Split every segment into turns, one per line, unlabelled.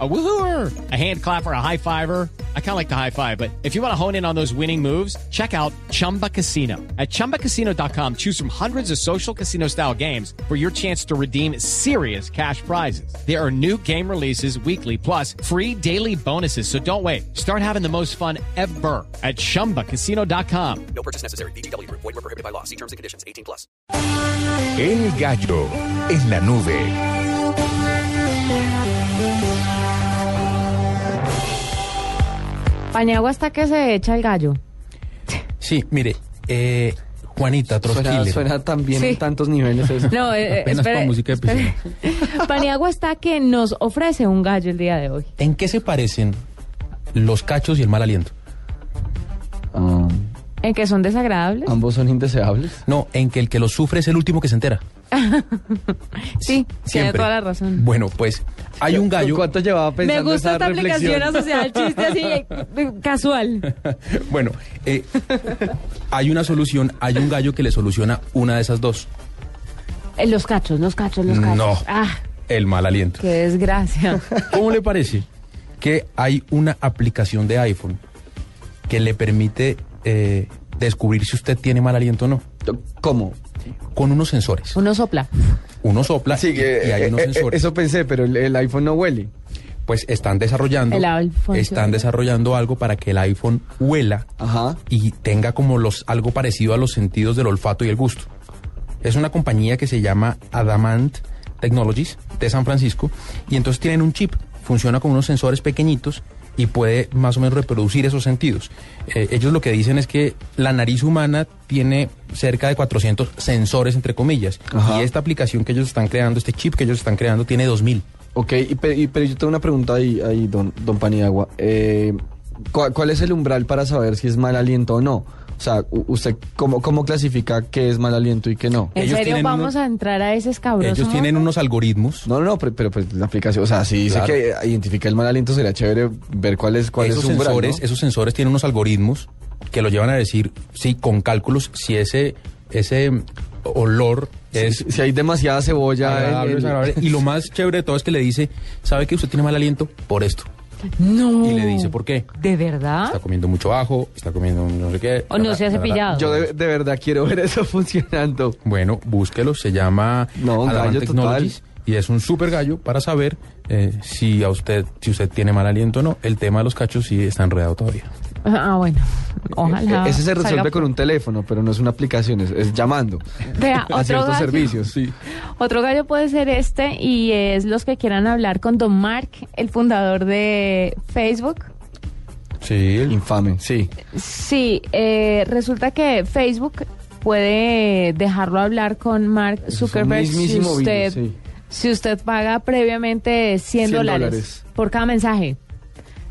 A woohooer, a hand clapper, a high fiver. I kind of like the high five, but if you want to hone in on those winning moves, check out Chumba Casino. At chumbacasino.com, choose from hundreds of social casino style games for your chance to redeem serious cash prizes. There are new game releases weekly, plus free daily bonuses. So don't wait. Start having the most fun ever at chumbacasino.com.
No purchase necessary. BGW. Void were prohibited by law. See terms and conditions. 18 plus.
El gallo en la nube.
Pañagua hasta que se echa el gallo.
Sí, mire, eh, Juanita
Suena,
Trotskiller.
suena tan bien
Sí.
en tantos niveles eso.
No, eh, eh,
Apenas
espere,
con música de
espere. Paniagua está que nos ofrece un gallo el día de hoy.
¿En qué se parecen los cachos y el mal aliento?
Ah,
En que son desagradables.
ambos son indeseables.
No, en que el que los sufre es el último que se entera.
sí, tiene
Siempre.
toda la razón.
Bueno, pues hay un gallo.
¿Cuánto llevaba
Me
pensando
gusta
esa
esta aplicación
reflexión?
asociada al chiste así eh, casual.
Bueno, eh, hay una solución, hay un gallo que le soluciona una de esas dos.
Eh, Los cachos, los cachos, los cachos.
No.
Ah,
El mal aliento.
qué desgracia.
¿Cómo le parece que hay una aplicación de iPhone que le permite eh, descubrir si usted tiene mal aliento o no?
¿Cómo?
Con unos sensores.
Uno sopla.
Uno sopla
Sí,
y,
que
y hay
eh,
unos
eh,
sensores.
eso pensé, pero el, el iPhone no huele.
pues están desarrollando
El iPhone
están
sí.
desarrollando algo para que el iPhone huela
Ajá.
y tenga como los algo parecido a los sentidos del olfato y el gusto. Es una compañía que se llama Adamant Technologies de San Francisco y entonces tienen un chip, funciona con unos sensores pequeñitos y puede más o menos reproducir esos sentidos. Eh, ellos lo que dicen es que la nariz humana tiene cerca de 400 sensores entre comillas
Ajá.
y esta aplicación que ellos están creando, este chip que ellos están creando tiene 2000.
Ok, y pe- y- pero yo tengo una pregunta ahí, ahí, don, don Paniagua. Eh, ¿cuál, cuál es el umbral para saber si es mal aliento o no? O sea, u- ¿usted cómo, cómo clasifica qué es mal aliento y qué no?
¿En
Ellos
serio
tienen
vamos
unos-
a entrar a ese escabroso?
Ellos tienen
mundo?
unos algoritmos
No, no, no, pero, pero, pues la aplicación, o sea, si
Claro.
dice que identifica el mal aliento, sería chévere ver cuál es, cuál es
esos
su umbral,
sensores,
¿no?
esos sensores tienen unos algoritmos que lo llevan a decir, sí, con cálculos, si ese, ese olor es
si, si hay demasiada cebolla... en
agradable,
el-
desagradable. Y lo más chévere de todo es que le dice, ¿sabe que usted tiene mal aliento? Por esto.
No.
Y le dice, ¿por qué?
¿De verdad?
Está comiendo mucho ajo, está comiendo no sé qué.
Ah. O no se ha
bla, bla, bla.
cepillado.
Yo de, de verdad quiero ver eso funcionando.
Bueno, búsquelo, se llama
No, un
Adamant
gallo
Technologies y es un super gallo para saber eh, si a usted si usted tiene mal aliento o no. El tema de los cachos sí está enredado todavía.
Ah, bueno. Ojalá.
E- Ese se resuelve
salga
con un teléfono, pero no es una aplicación, es, es llamando
Vea,
a
otro
ciertos
gallo.
servicios. Sí.
Otro gallo puede ser este y es los que quieran hablar con Don Mark, el fundador de Facebook.
Sí, el
Infame, sí.
Sí, eh, resulta que Facebook puede dejarlo hablar con Mark
Eso es un
Zuckerberg si
mismísimo virus,
usted,
sí.
si usted paga previamente 100,
100
dólares,
dólares.
por cada mensaje.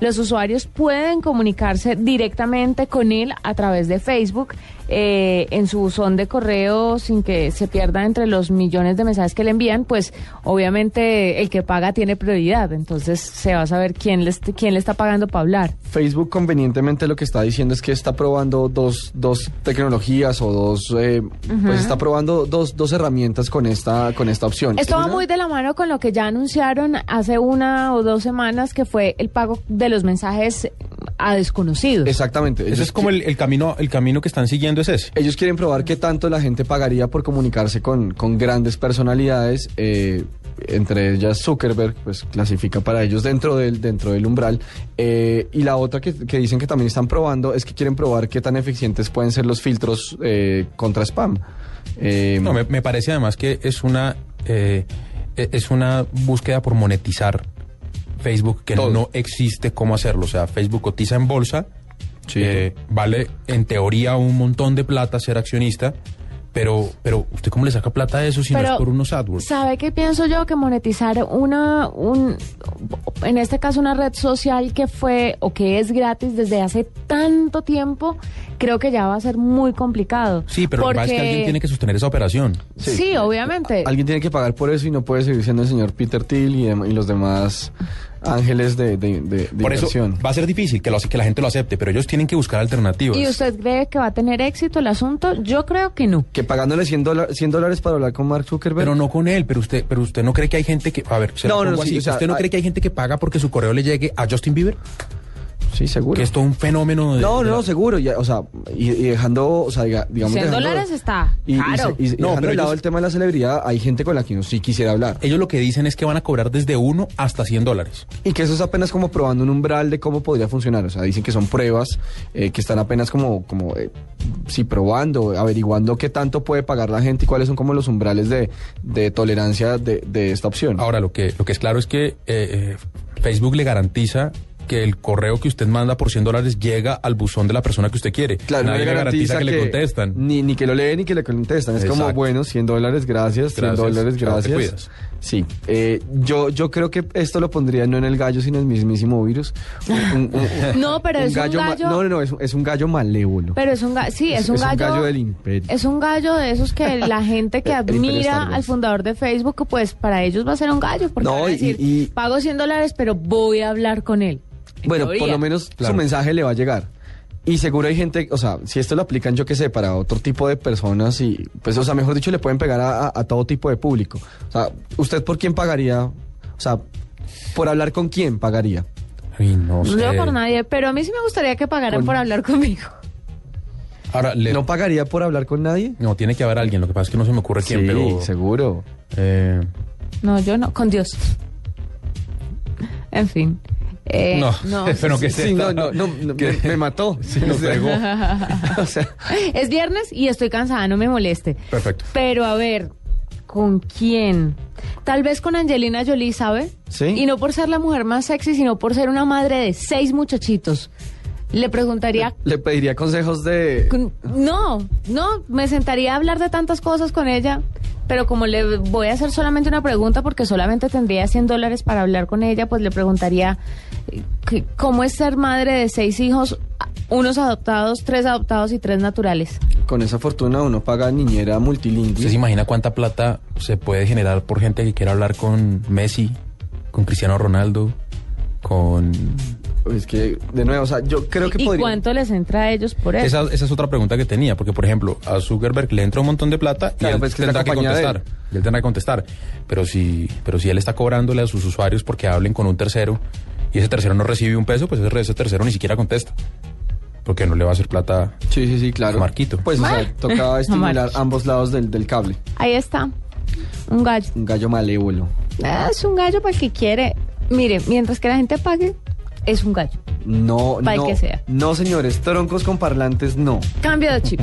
Los usuarios pueden comunicarse directamente con él a través de Facebook eh, en su buzón de correo sin que se pierda entre los millones de mensajes que le envían. Pues obviamente el que paga tiene prioridad, entonces se va a saber quién le, est- quién le está pagando para hablar.
Facebook convenientemente lo que está diciendo es que está probando dos, dos tecnologías o dos, eh, pues está probando dos, dos herramientas con esta, con esta opción.
Esto va
Una-
muy de la mano con lo que ya anunciaron hace una o dos semanas, que fue el pago de los mensajes a desconocidos.
Exactamente.
Ese
ellos
es como el, el camino, el camino que están siguiendo es ese.
Ellos quieren probar qué tanto la gente pagaría por comunicarse con, con grandes personalidades, eh, entre ellas Zuckerberg, pues clasifica para ellos dentro del, dentro del umbral. eh, y la otra que, que dicen que también están probando es que quieren probar qué tan eficientes pueden ser los filtros eh, contra spam. Eh,
No, me, me parece además que es una eh, e- es una búsqueda por monetizar Facebook que
Todo.
no existe cómo hacerlo. O sea, Facebook cotiza en bolsa,
Sí.
eh, vale en teoría un montón de plata ser accionista, pero pero usted cómo le saca plata a eso si no es por unos AdWords.
¿Sabe qué pienso yo? Que monetizar una, un, en este caso una red social que fue o que es gratis desde hace tanto tiempo, creo que ya va a ser muy complicado.
Sí, pero lo que pasa es que alguien tiene que sostener esa operación.
Sí, obviamente.
Alguien tiene que pagar por eso y no puede seguir siendo el señor Peter Thiel y, dem- y los demás ángeles de, de, de- de
Por eso
inversión.
va a ser difícil que, lo, que la gente lo acepte, pero ellos tienen que buscar alternativas.
¿Y usted cree que va a tener éxito el asunto? Yo creo que no.
Que pagándole 100, dola- 100 dólares para hablar con Mark Zuckerberg.
Pero no con él, pero usted, pero usted no cree que hay gente que, a ver, se la
No, no,
pongo
sí,
así,
o sea,
usted no
hay-
cree que hay gente que paga porque su correo le llegue a Justin Bieber,
sí, seguro.
que es todo un fenómeno de,
No,
de
no,
la-
seguro. ya, o sea, y, y dejando, o sea, diga- digamos...
100
dejando-
dólares está
Y, y
caro.
se- y se-
No,
dejando
pero
de lado
ellos-
el tema de la celebridad, hay gente con la que uno sí quisiera hablar.
Ellos lo que dicen es que van a cobrar desde 1 hasta 100 dólares.
Y que eso es apenas como probando un umbral de cómo podría funcionar. O sea, dicen que son pruebas eh, que están apenas como, como eh, sí, probando, averiguando qué tanto puede pagar la gente y cuáles son como los umbrales de, de tolerancia de, de esta opción.
Ahora, lo que, lo que es claro es que eh, eh, Facebook le garantiza que el correo que usted manda por 100 dólares llega al buzón de la persona que usted quiere.
claro, no
Nadie
le garantiza
que, le contestan.
Ni, ni que lo leen ni que le contestan. Es como,
Exacto.
bueno, 100 dólares, gracias, 100
Gracias,
dólares,
chao, te
gracias.
cuidas.
Sí, eh, yo, yo creo que esto lo pondría no en el gallo, sino en el mismísimo virus. Un- un- un-
No, pero es un
ma-
gallo-
No, no, no, es, es un gallo malévolo.
Pero es un gallo, sí, es,
Es-
un
es un
gallo.
gallo del imperio.
Es un gallo de esos que la gente que
El- el imperio Star
admira
Wars.
al fundador de Facebook, pues para ellos va a ser un gallo. Porque
No,
van a
y-
decir,
y-
pago 100 dólares, pero voy a hablar con él. En
Bueno, por
teoría.
lo menos
Claro.
su mensaje le va a llegar. Y seguro hay gente, o sea, si esto lo aplican, yo qué sé, para otro tipo de personas y, pues, o sea, mejor dicho, le pueden pegar a, a- a todo tipo de público. O sea, ¿usted por quién pagaría? O sea, ¿por hablar con quién pagaría?
Ay, no
No
sé.
digo por nadie, pero a mí sí me gustaría que pagaran
Con-
por hablar conmigo.
Ahora, le-
¿No
no,
pagaría por hablar con nadie?
tiene que haber alguien. Lo que pasa es que no se me ocurre quién,
sí,
pero.
seguro.
eh,
No, yo no, con Dios. En fin. Eh,
no,
no.
pero que
Sí, no, no, no, no,
que-
me, me mató.
Sí, nos pegó.
O sea,
Es viernes y estoy cansada, no me moleste.
Perfecto.
Pero a ver, ¿con quién? Tal vez con Angelina Jolie, ¿sabe?
Sí.
Y no por ser la mujer más sexy, sino por ser una madre de seis muchachitos. Le preguntaría...
le pediría consejos de...
con- No, no, me sentaría a hablar de tantas cosas con ella, pero como le voy a hacer solamente una pregunta, porque solamente tendría 100 dólares para hablar con ella, pues le preguntaría eh, que- cómo es ser madre de seis hijos, a- unos adoptados, tres adoptados y tres naturales.
Con esa fortuna uno paga niñera multilingüe.
¿Usted se imagina cuánta plata se puede generar por gente que quiera hablar con Messi, con Cristiano Ronaldo, con...
Es que, de nuevo, o sea, yo creo que
¿Y
podría...
cuánto les entra a ellos por eso?
Esa, esa es otra pregunta que tenía, porque por ejemplo, a Zuckerberg le entra un montón de plata y
Claro,
él
pues, que es la
tendrá que
compañía de
contestar. Y él tendrá que contestar. Pero si, pero si él está cobrándole a sus usuarios porque hablen con un tercero y ese tercero no recibe un peso, pues ese, ese tercero ni siquiera contesta. Porque no le va a hacer plata.
Sí, sí, sí, claro.
Marquito.
Pues o sea, tocaba estimular
Marquito.
ambos lados del, del cable.
Ahí está, un gallo.
Un gallo malévolo.
Ah, Es un gallo para el que quiere. Mire, mientras que la gente pague, es un gallo.
No,
Pa'l
no.
que sea.
No, señores, troncos con parlantes, no.
Cambio de chip.